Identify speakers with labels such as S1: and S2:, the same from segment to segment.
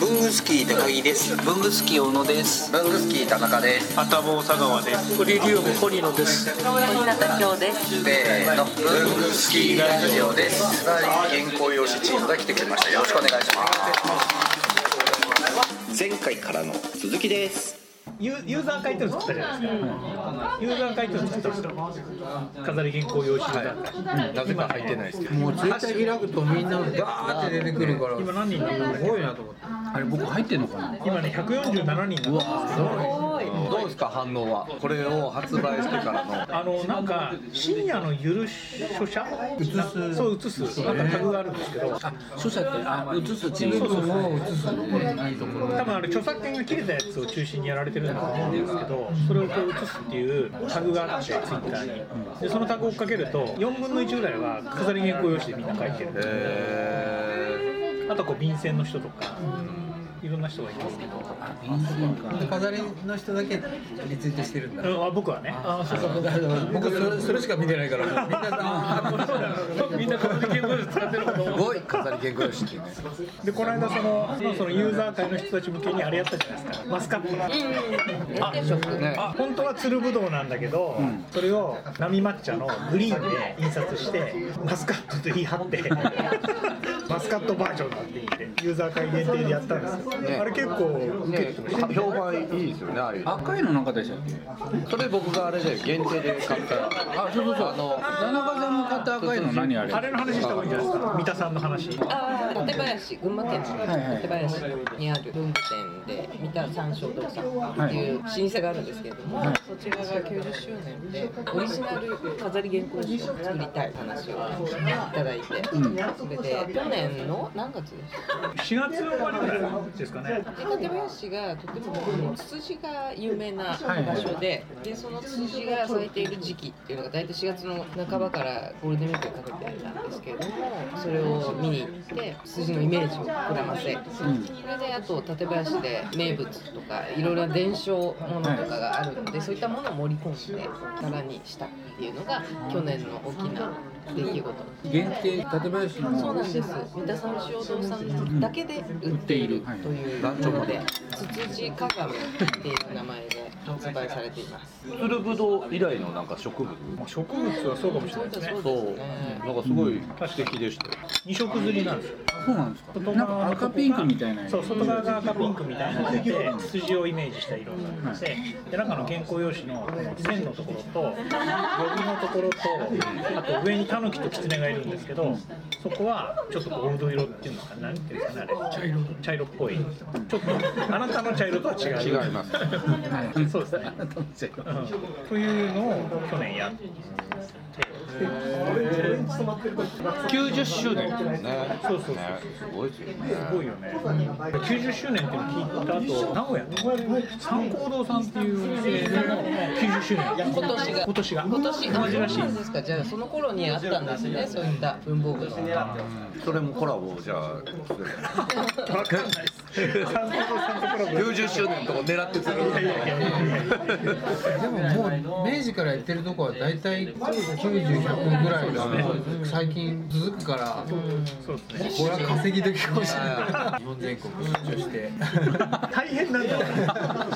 S1: 文具スキー高木です
S2: 文具スキー小野です
S3: 文具スキー田中です
S4: 頭佐川です
S5: トリリウム堀野です
S6: 小日向京です
S3: せーの文具スキーラジオですはい原稿用紙チームが来てくれましたよろしくお願いします前回からの続きです
S7: ユユーザー会っていうの作ったじゃないですか、ユーザー会っていうの作ったんですよ飾り原稿用紙団会、
S3: なぜか入ってないですけど
S8: もうツイッター開くとみんなバーって出てくるから
S7: 今何人だ
S8: すごいなと思って
S5: あれ僕入ってんのかな
S7: 今ね147人だったんですけど
S3: どうですか反応はこれを発売してからの
S7: あのなんか深夜のゆる書写そう映すなんかタグがあるんですけどあ
S5: 書写ってあ映すチー
S7: そ
S5: ム
S7: うそう
S5: 映すねないところ
S7: 多分あれ著作権が切れたやつを中心にやられてるんだと思うんですけどそれをこう映すっていうタグがあってツイッターにでそのタグを追っかけると4分の1ぐらいは飾り原稿用紙でみんな書いてる
S3: え
S7: あとこう便箋の人とかいろんな人がいますけど
S8: 飾りの人だけリツイートしてるんだ
S7: うんあ僕はね
S8: 僕それそれしか見てないからもう
S7: み
S8: みんなあ
S7: んな飾り原稿用紙使ってること
S3: す ごい飾り原稿用紙っていうね
S7: でこの間そのそのユーザー会の人たち向けにあれやったじゃないですかマスカットあ本当は鶴ぶどうなんだけど、それを波抹茶のグリーンで印刷してマスカットと言い張ってマスカットバージョンだって言ってユーザー会限定でやったんですよ、
S3: ね
S7: あれ結構受けてました、
S3: 評判いいですよねああいう
S5: 赤いのなんかでしたっけ
S3: それ僕があれで限定で買った
S5: あそうそうそうあの田中さんの買った赤いの何あれ
S7: あれの話した方がいいんじゃないですか三田さんの話
S9: ああ、館林、群馬県の館林にある文具店で三田三商堂さんっていう老舗があるんですけれども、そちらが90周年でオリジナル飾り原稿紙を作りたい話をいただいて、それで去年の何月でした
S7: 4月の終わりぐらいですかね
S9: で館林がとてもツツジが有名な場所で,、でそのツツジが咲いている時期っていうのが大体4月の半ばからゴールデンウィークにかけてなんですけれどもそれを見に行ってツツジのイメージを膨らませ、それであと館林で名物とかいろいろな伝承ものとかがあるのでそういったものを盛り込んで柄にしたっていうのが去年の大きな出来事
S5: 限定館林の
S9: そうなんです。三田さん塩堂さんだけで売っているというもので、つつじ鏡っていう名前で発売されています。
S3: ツルブドウ以来のなんか植物
S7: 植物はそうかもしれないですね
S9: そ
S3: そ
S9: うで
S3: う
S9: すね。
S3: なんかすごい素敵でしたよ
S7: 2色刷りなんですよ
S5: そうなんですか
S7: 外
S5: なんか
S7: 側のとこ
S5: 赤
S7: が
S5: ピンクみたいな
S7: そう外側が赤ピンクみたいなので筋をイメージした色になってましてで中の原稿用紙の線のところと読みのところとあと上にタヌキとキツネがいるんですけどそこはちょっとゴールド色っていうんですか何ていうんですかねあれ茶色茶色っぽいちょっとあなたの茶色とは違う
S3: 違います
S5: はい
S7: そうですね、うん、というのを去年やって
S5: 90周年
S3: ね
S7: そうそうそう
S3: ねすごいですよ
S7: すご
S3: ね
S7: いよね。90周年っていうのを聞いた後、名古屋の三幸堂さんっていうお店の90周年。
S9: 今年が
S7: 今年が。
S9: 今年
S7: 同じらしい
S9: あそう。なんですか。じゃあその頃にあったんですね。そういった文房具の。
S3: それもコラボをじゃあする
S7: わかんないです。三幸堂さんとコラボ。
S3: 90周年とか狙ってずる
S8: でももう明治からやってるとこは大体90100ぐらいが最近続くから
S7: そうですね。
S8: これは稼ぎ時かもしれない日本全国出張して
S7: 大変なんだ。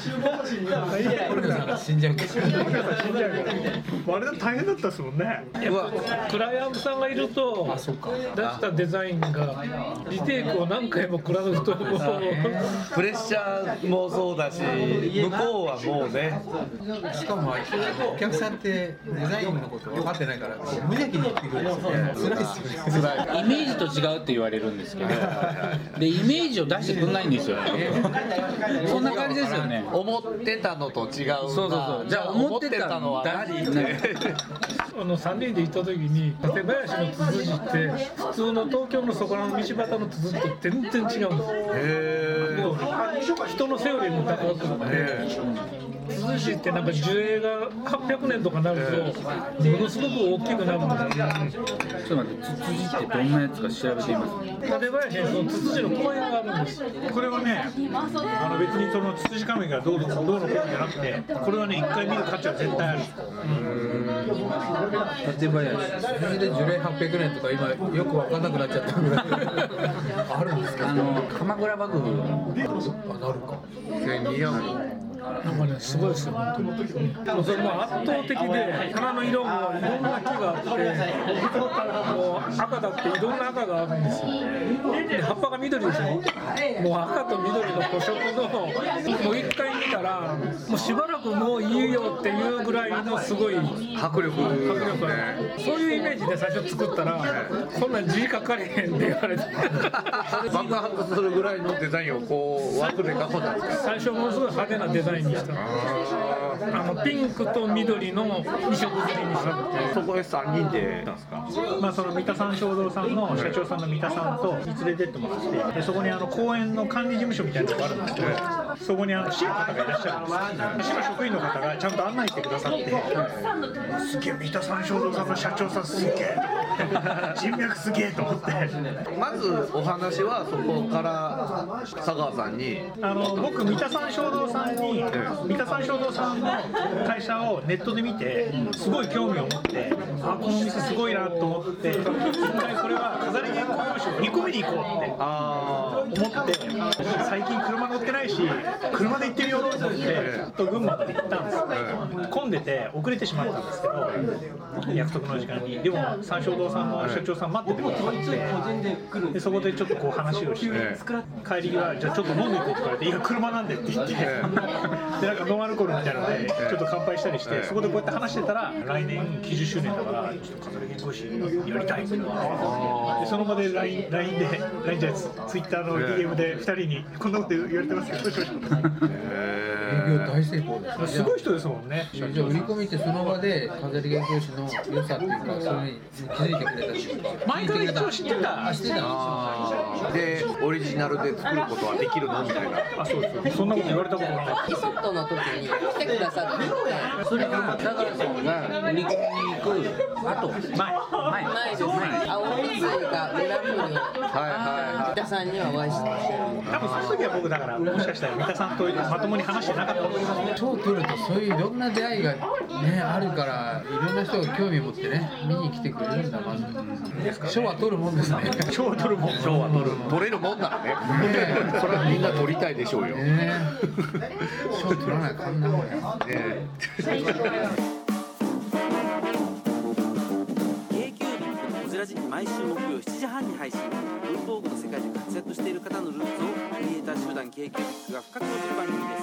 S7: 大変。
S8: 俺のさんが死んじゃうけど
S7: 死んじゃうからあれだ大変だったですもんね。
S3: うわ
S4: クライアントさんがいると出したデザインがリテイクを何回もクラウドにこう
S3: プレッシャーもそうだし向こうはもうね
S8: しかもお客さんってデザインのこと分かってないから無邪気に言ってくるんですよね辛いですよね
S5: イメージと違うって言われるんですけどでイメージを出してくんないんですよそんな感じですよね
S3: 思ってたのと違うな
S5: そうそうそうじゃあ思ってたのは何
S4: あの3人で行った時に館林のつづじって普通の東京のそこらの道端のつづじと全然違うんですよ
S3: へ
S4: もう人のセオリーも高くて
S3: え
S4: 津市ってなんか樹齢が800年とかなると、ものすごく大きくなるんですよ。
S5: ちょっと待って、ツツジってどんなやつか調べてみます、ね。
S4: 館林にそのツツジの公園があるんです。
S7: これはね、あの別にそのツツジカメがどうのこうのじゃなくて、これはね、一回見る価値は絶対ある。
S5: 館林。
S8: それで樹齢800年とか今よく分かんなくなっちゃったぐらいあるんですけど
S5: あの鎌倉幕府
S8: あなるか全然似合う
S4: なんかね、すごいですよ、本当に。もうそれも圧倒的で、花の色もいろんな木があって、もう赤だっていろんな赤があるんですよ。で、葉っぱが緑でしょ。もう赤と緑の補色の、もう一回見たら、もうしばらくもういいよっていうぐらいのすごい。
S8: 迫力
S4: 迫力があ
S8: がね
S4: るそういうイメージで最初作ったらこんなん字書かれへんって言われて
S8: 爆発するぐらいのデザインをこう枠で囲んだんですか
S4: 最初ものすごい派手なデザインにした
S8: あー
S4: あのピンクと緑の2色塗りにしたくて
S8: そこで3人でなんですか
S7: まあ、その三田さん正蔵さんの社長さんの三田さんと連れてってもらってでそこにあの公園の管理事務所みたいなのがあるんですけどそこにあの市の方がいらっしゃるんですよ市の職員の方がちゃんと案内してくださって「すげえ三田さん正蔵さんの社長さんすげえ」人脈すげえと思って
S1: まずお話はそこから佐川さんに
S7: あの僕三田さん正蔵さんに三田さん正蔵さんの会社をネットで見てすごい興味を持ってあこのお店すごいなと思って一回これは飾り原稿用紙を煮込みに行こうって。
S1: あ
S7: 思って最近車乗ってないし車で行ってみようと思ってちょっと群馬まで行ったんですよ混んでて遅れてしまったんですけど約束の時間にでも三正堂さんの社長さん待っててもらってでそこでちょっとこう話をして帰りはじゃあちょっと飲んでいこうって言われて「いや車なんで」って言ってでなんかノンアルコールみたいなのでちょっと乾杯したりしてそこでこうやって話してたら来年90周年だからちょっと飾り原稿紙やりたいって言でその場で LINE で LINE じゃないですツイッターの DM で2人にこんなこと言われてますけどどうしましょう
S8: 営業大成功ですね
S7: すごい人ですもんね
S8: じゃあ売り込みってその場で飾り原稿紙の良さっていうかそれに気づいてくれたっていうか
S7: 前から一応知ってた
S8: あしてた
S1: あでオリジナルで作ることはできるのみたいな
S7: あそうですそんなこと言われたことない
S9: イソットの時に来てくださって
S5: それが佐川さんが売り込みに行く後前前
S9: 前です青の杖がグラフに三田さんにはお会いして
S7: 多分その時は僕だからもしかしたら三田さんとまともに話してなかったと思いますね
S8: 賞を取るとそういういろんな出会いがねあるからいろんな人が興味持ってね見に来てくれるんだまず賞は取るもんですね
S7: 賞を取るもん
S1: 賞は取る取れるもんならね
S8: ねえ
S1: それはみんな取りたいでしょうよ、ね
S8: ね賞取らないかんなこれ
S1: え
S2: k q b のこじらじ毎週木曜7時半に配信文房具の世界で活躍している方のルーツをクリエイター集団 k q b が深く落じる番組です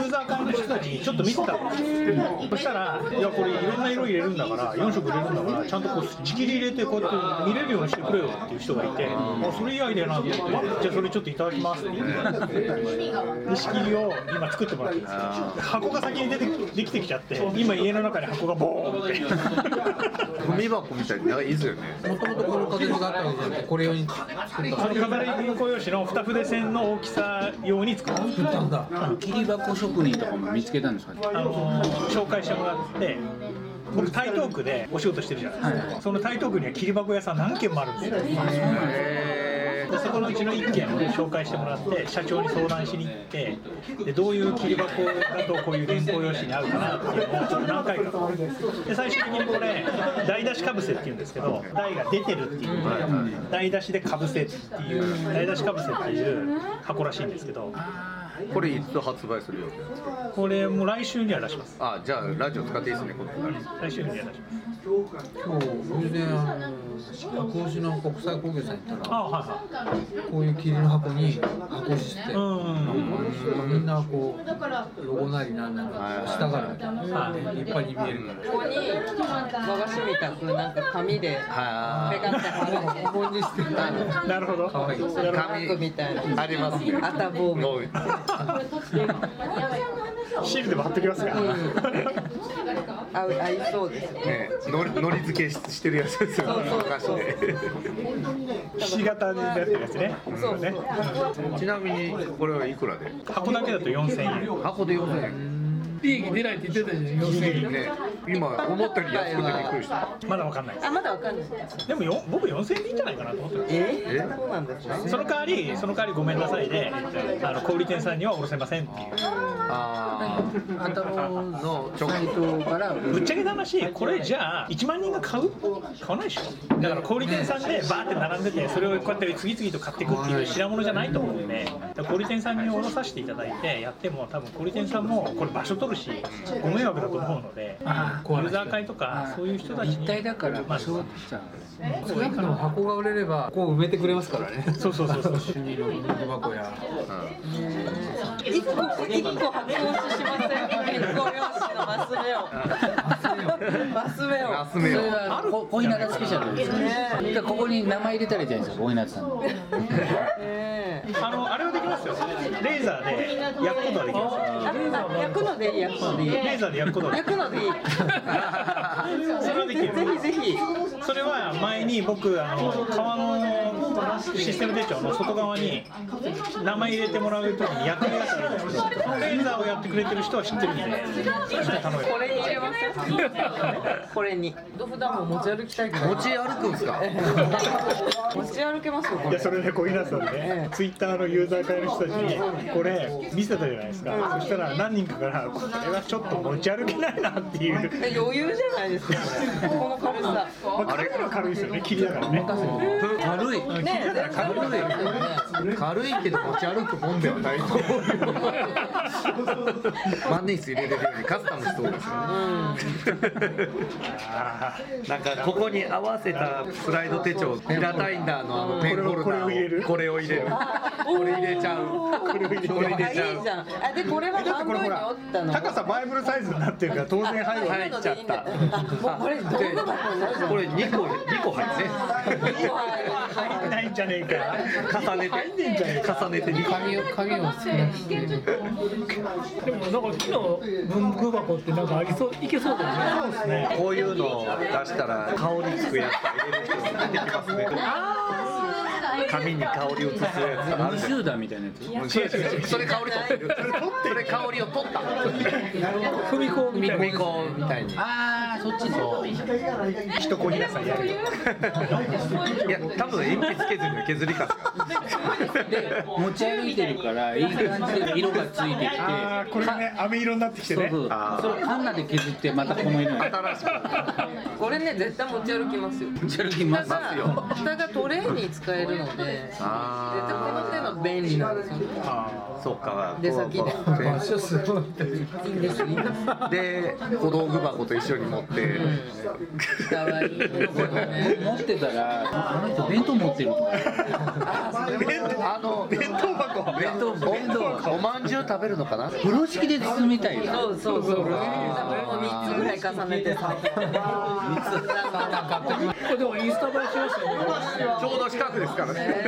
S7: ーザー間の人たちにちょっと見てたんですよそしたらいやこれいろんな色入れるんだから4色入れるんだからちゃんとこう仕切り入れてこうやって見れるようにしてくれよっていう人がいてあそれいいアイデアなと思ってじゃあそれちょっといただきますって言ってで仕切りを今作ってもらってるんですよ箱が先に出てできてきちゃって今家の中に箱がボーンって
S1: ゴミ箱みたいになんかいいですよね
S8: もともとこの形があったわけじゃなくてこれ用に作った
S7: その飾り銀行用紙の二筆線の大きさ用に作ったんです
S8: 作ったんだ
S5: 切り箱職人とかも見つけたんですかね
S7: あのー紹介してもらって僕台東区でお仕事してるじゃないですか、その台東区には切り箱屋さん何軒もあるんですよ、でそこのうちの1軒を紹介してもらって社長に相談しに行ってでどういう切り箱だとこういう原稿用紙に合うかなっていうのをちょっと何回かで最終的にこれ台出しかぶせっていうんですけど台が出てるっていうので台出しでかぶせっていう台出しかぶせっていう箱らしいんですけど
S1: これいつ発売するよって
S7: これもう来週には出します
S1: あじゃあラジオ使っていいですねこの二人
S7: 来週には出します
S8: 今日それであの箱押しの国際工業さん行った
S7: あ
S8: ら
S7: はいはい
S8: こういう霧の箱に箱押しして
S7: うん
S8: みんなこうロゴなりなんなり押したがるみたいな
S7: はい
S8: 立派に見えるから
S9: ここに和菓子みたくなんか紙でペカって貼って
S8: ここにしてたの
S7: なるほど。
S8: 可愛い
S9: それマークみたいな
S1: ありますね
S9: あたぼうみたいな
S1: ゴミ
S7: シールでも貼ってきますか。
S9: 合う合いそうですよね
S1: ねのりのり付けししてるやつですよね
S9: そうそう
S1: 昔
S9: そう
S1: で
S7: ひし形になってるやつね。
S9: そうそう
S7: ね。
S1: ちなみにこれはいくらで
S7: 箱だけだと4000円。
S1: 箱で4000円
S4: 利益出ないって言ってたじゃん4000円
S1: ね今思ったより安くてびっくりした
S7: まだわかんないで
S9: あまだわかんない
S7: す。でもよ僕4000円でいいんじゃないかなと思ってます。
S9: えそうなんですね
S7: その代わり、その代わりごめんなさいで、あの小売店さんにはおろせませんっていう。
S1: あ
S8: あたぼうの
S1: チョコ
S8: サイトから
S7: ぶっちゃけた話、これじゃあ1万人が買う買わないでしょ。だから小売店さんでバーって並んでて、それをこうやって次々と買っていくっていう品物じゃないと思うんで、だから小売店さんにおろさせていただいてやっても、多分小売店さんもこれ場所取るし、ご迷惑だと思うので、ユ
S5: あー
S7: ーザー会とかそういう人たちに
S5: 一体だから
S7: まあ
S5: そうじゃ
S8: 少なくとも箱が売れればこう埋めてくれますからね
S7: そうそうそうそう。
S8: 趣味のゴミ箱や
S9: 一個一個発行ししません結構用紙のマス目をマス目を
S1: あ集
S5: そ
S1: めよ
S5: れ
S1: う
S5: はこ小日向スペシャルですよねだからここに名前入れたらいいじゃないですか小日向さんの
S9: ねえ
S7: あのあれはできますよ。レーザーで焼くことはできま
S9: ああ焼くのでいい焼くの
S7: す。
S9: でいい
S7: レーザーで焼くことはで
S9: 焼
S7: きま
S9: くのでいい
S7: す。それはできる。
S9: ぜひぜひ
S7: それは前に僕あの川のシステム手帳の外側に名前入れてもらうときに役目がするんですけど、レーザーをやってくれてる人は知ってるんで、その人に頼むよ
S9: これに入れますこれに
S8: 普段も持ち歩きたいけど
S1: 持ち歩くんですか
S9: 持ち歩けますよこ
S7: いや
S9: れ
S7: それで小日向さんね、ツイッターのユーザー会の人たちに、これ、見せたじゃないですか、そしたら何人かから、これはちょっと持ち歩けないなっていう、
S9: え余裕じゃないですかこれこの軽さ
S7: まあ、軽いのは軽いですよね、切りだからね。
S5: 軽い
S9: ねえ全然
S1: 軽いけど持ち歩く本ではないと思うよ万年筆入れれるようにカスタムしそうですよね、なんかここに合わせたスライド手帳平たいんだのあのペンホルダ
S7: これをこれを入れ
S1: ー
S7: る
S1: をこれを入れるこれ入れちゃうこれ入れちゃう
S9: あいいじゃんあでこれ
S7: だ
S9: は
S7: って
S9: 半
S7: これほ
S9: 分に折
S7: ら
S9: ったの
S7: 高さバイブルサイズになってるから当然入るわ
S1: 入っちゃった
S9: あもうこれどんな箱になるじゃん
S1: これ2個二個入るね
S7: 入んないんじゃねえか
S1: 重ね
S7: 入んねえんじゃね
S1: て
S7: えか
S1: 重ねて2個
S8: 紙を紙を少なくして
S4: でもなんか木の文具箱ってなんかありそういけそうだよね
S1: こういうのを出したら顔につくやつ入れる人が出てきますね紙に香りを移すやつがある
S5: 無臭だみたいなやつ
S1: 違う違う違うそれ香り取ってるそれ香りを取った
S4: 踏み子みたいな
S1: みこみたいに
S5: ああそっちね
S7: 一小平さんやる
S1: いや多分鉛筆削りの削りカス
S5: で持ち歩いてるからいい感じで色がついてきて
S7: あーこれがね飴色になってきて
S5: そう
S7: ね
S5: そう
S1: あー
S5: それをカンナで削ってまたこの色に
S1: が新し
S9: これね絶対持ち歩きますよ
S5: 持ち歩きます
S9: 蓋が蓋がトレーに使えるので絶対この手の便利なんですよね
S1: くそうか
S9: 出先で
S8: 場所すごい
S9: いいんですいいんです
S1: で小道具箱と一緒に持って
S9: 可愛いですよね
S5: 持ってたらあの人弁当持ってるとか
S9: あ
S1: あの弁当箱
S5: 弁当箱
S1: 弁当箱おまんじゅう食べるのかな
S5: 風呂敷で包みたいな
S9: そうそうそう。
S1: あー
S9: 三つぐらい重ねてさ。
S4: これでもインスタ映えしますよね
S1: ちょうど近くですからね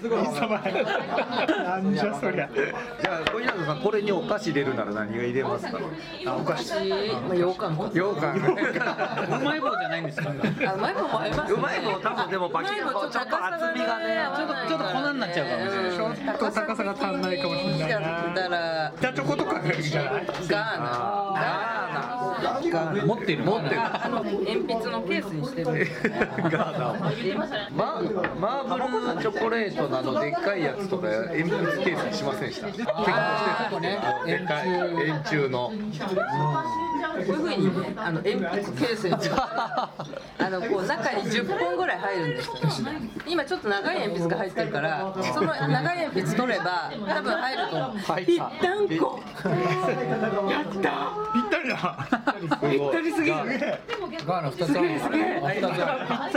S7: すごい。なんじゃそりゃ。
S1: じゃあ小日向さんこれにお菓子入れるなら何が入れますかあお菓子
S9: まあ羊羹か。
S1: 羊羹
S5: うまい棒じゃないんですか
S9: あうまい棒もありますね。
S1: うまい棒多分でもバキッ
S9: うまい棒ちょっと厚みがね、ちょっと
S5: ちょっと粉になっちゃうかもしれない
S9: ちょっと高さが足んないかもしれない。たら
S1: 板チョコとかね
S9: ガーナ。ガーナ。
S5: 持ってる持ってる
S9: あの鉛筆のケースにしてるんですよね。
S1: ガーナマーマーブルチョコレートのあのでっかいやつとか鉛筆ケースにしませんでした結構してたねでっかい円柱の
S9: こういう風にね、 あの鉛筆ケースにしてる。 あのこう中に10本ぐらい入るんですよ今ちょっと長い鉛筆が入ってるからその長い鉛筆取れば多分入ると思う一旦こ
S7: ぴったりだ。
S1: ぴったりすぎる
S8: ガーナ二つあるの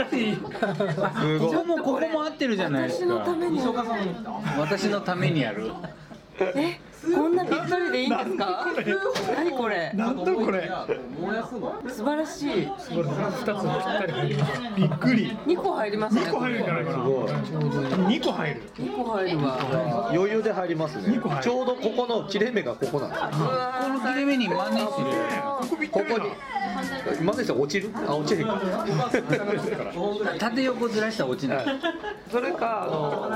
S1: すごい
S5: ここもここも合ってるじゃないですか
S9: に
S5: 私のためにやる
S9: えこんなぴったりでいいんですか何これ
S7: なんだこれ。
S9: 素晴らしい
S7: びっくり。
S9: 2個入りますね
S7: 二個入るんじゃないかな。二個入る。
S9: 2個入るわ
S1: 余裕で入りますねちょうどここの切れ目がここなんですよ
S9: うわ
S5: この切れ目に万年筆入れる
S7: ここびっ
S1: こ
S7: くり
S1: こ
S7: だ
S1: に。今でしたら落ちるあ落ちへんか
S5: 縦横ずらしたら落ちない
S1: それかあの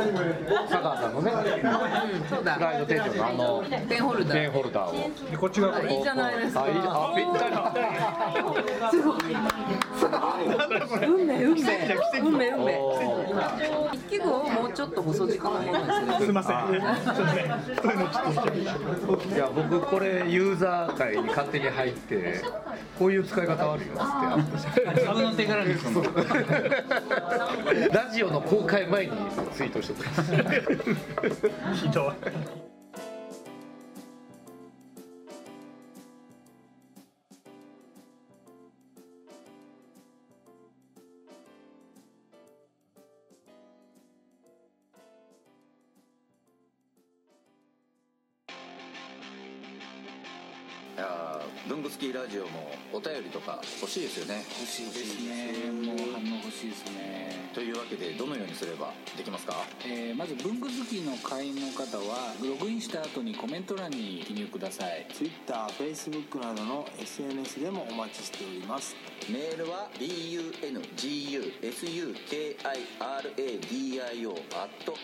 S1: 佐川さんのね
S9: ーそう
S1: プライ
S9: だ
S1: ドテンションのあの
S9: ペンホルダ
S1: ペン
S9: ー
S1: ホルダーを
S7: でこっちがこ
S9: あいいじゃないです
S1: あいい
S9: か
S1: あぴったり
S9: すごい運命運命運命運命筆記具をもうちょっと細字かなものにす
S7: す
S9: る
S7: いません。すいません。そういうのちょっとしちゃった
S1: いや僕これユーザー会に勝手に入ってこういう使い方あるよっつってアップして
S5: 自分の手柄ですもん
S1: ラジオの公開前にツイートしてくれます
S7: ひどい。
S3: いやーどんぐすきラジオもお便りとか欲しいですよね
S5: 欲しいですね。もう反応欲しいですね。
S3: というわけでどのようにすればできますか
S5: えーまず文具好きの会員の方はログインした後にコメント欄に記入ください。
S2: Twitter、Facebook などの SNS でもお待ちしております
S3: メールは bungusukradio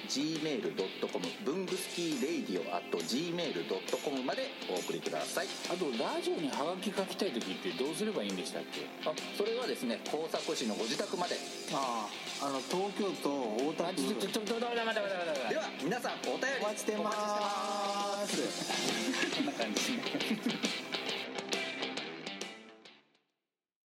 S3: gmail.com 文具スキーレイディオ gmail.com までお送りください
S5: あとラジオにハガキ書きたい時ってどうすればいいんでしたっけ？
S3: あそれはですね工作士のご自宅まで
S2: あああの東京都大田
S5: あ
S2: 区
S5: ちょちょちょちょ待って待って待って待って待っ
S3: では皆さんお便り
S2: お待ちしてます
S3: お待ちしてます
S5: てこんな感じ。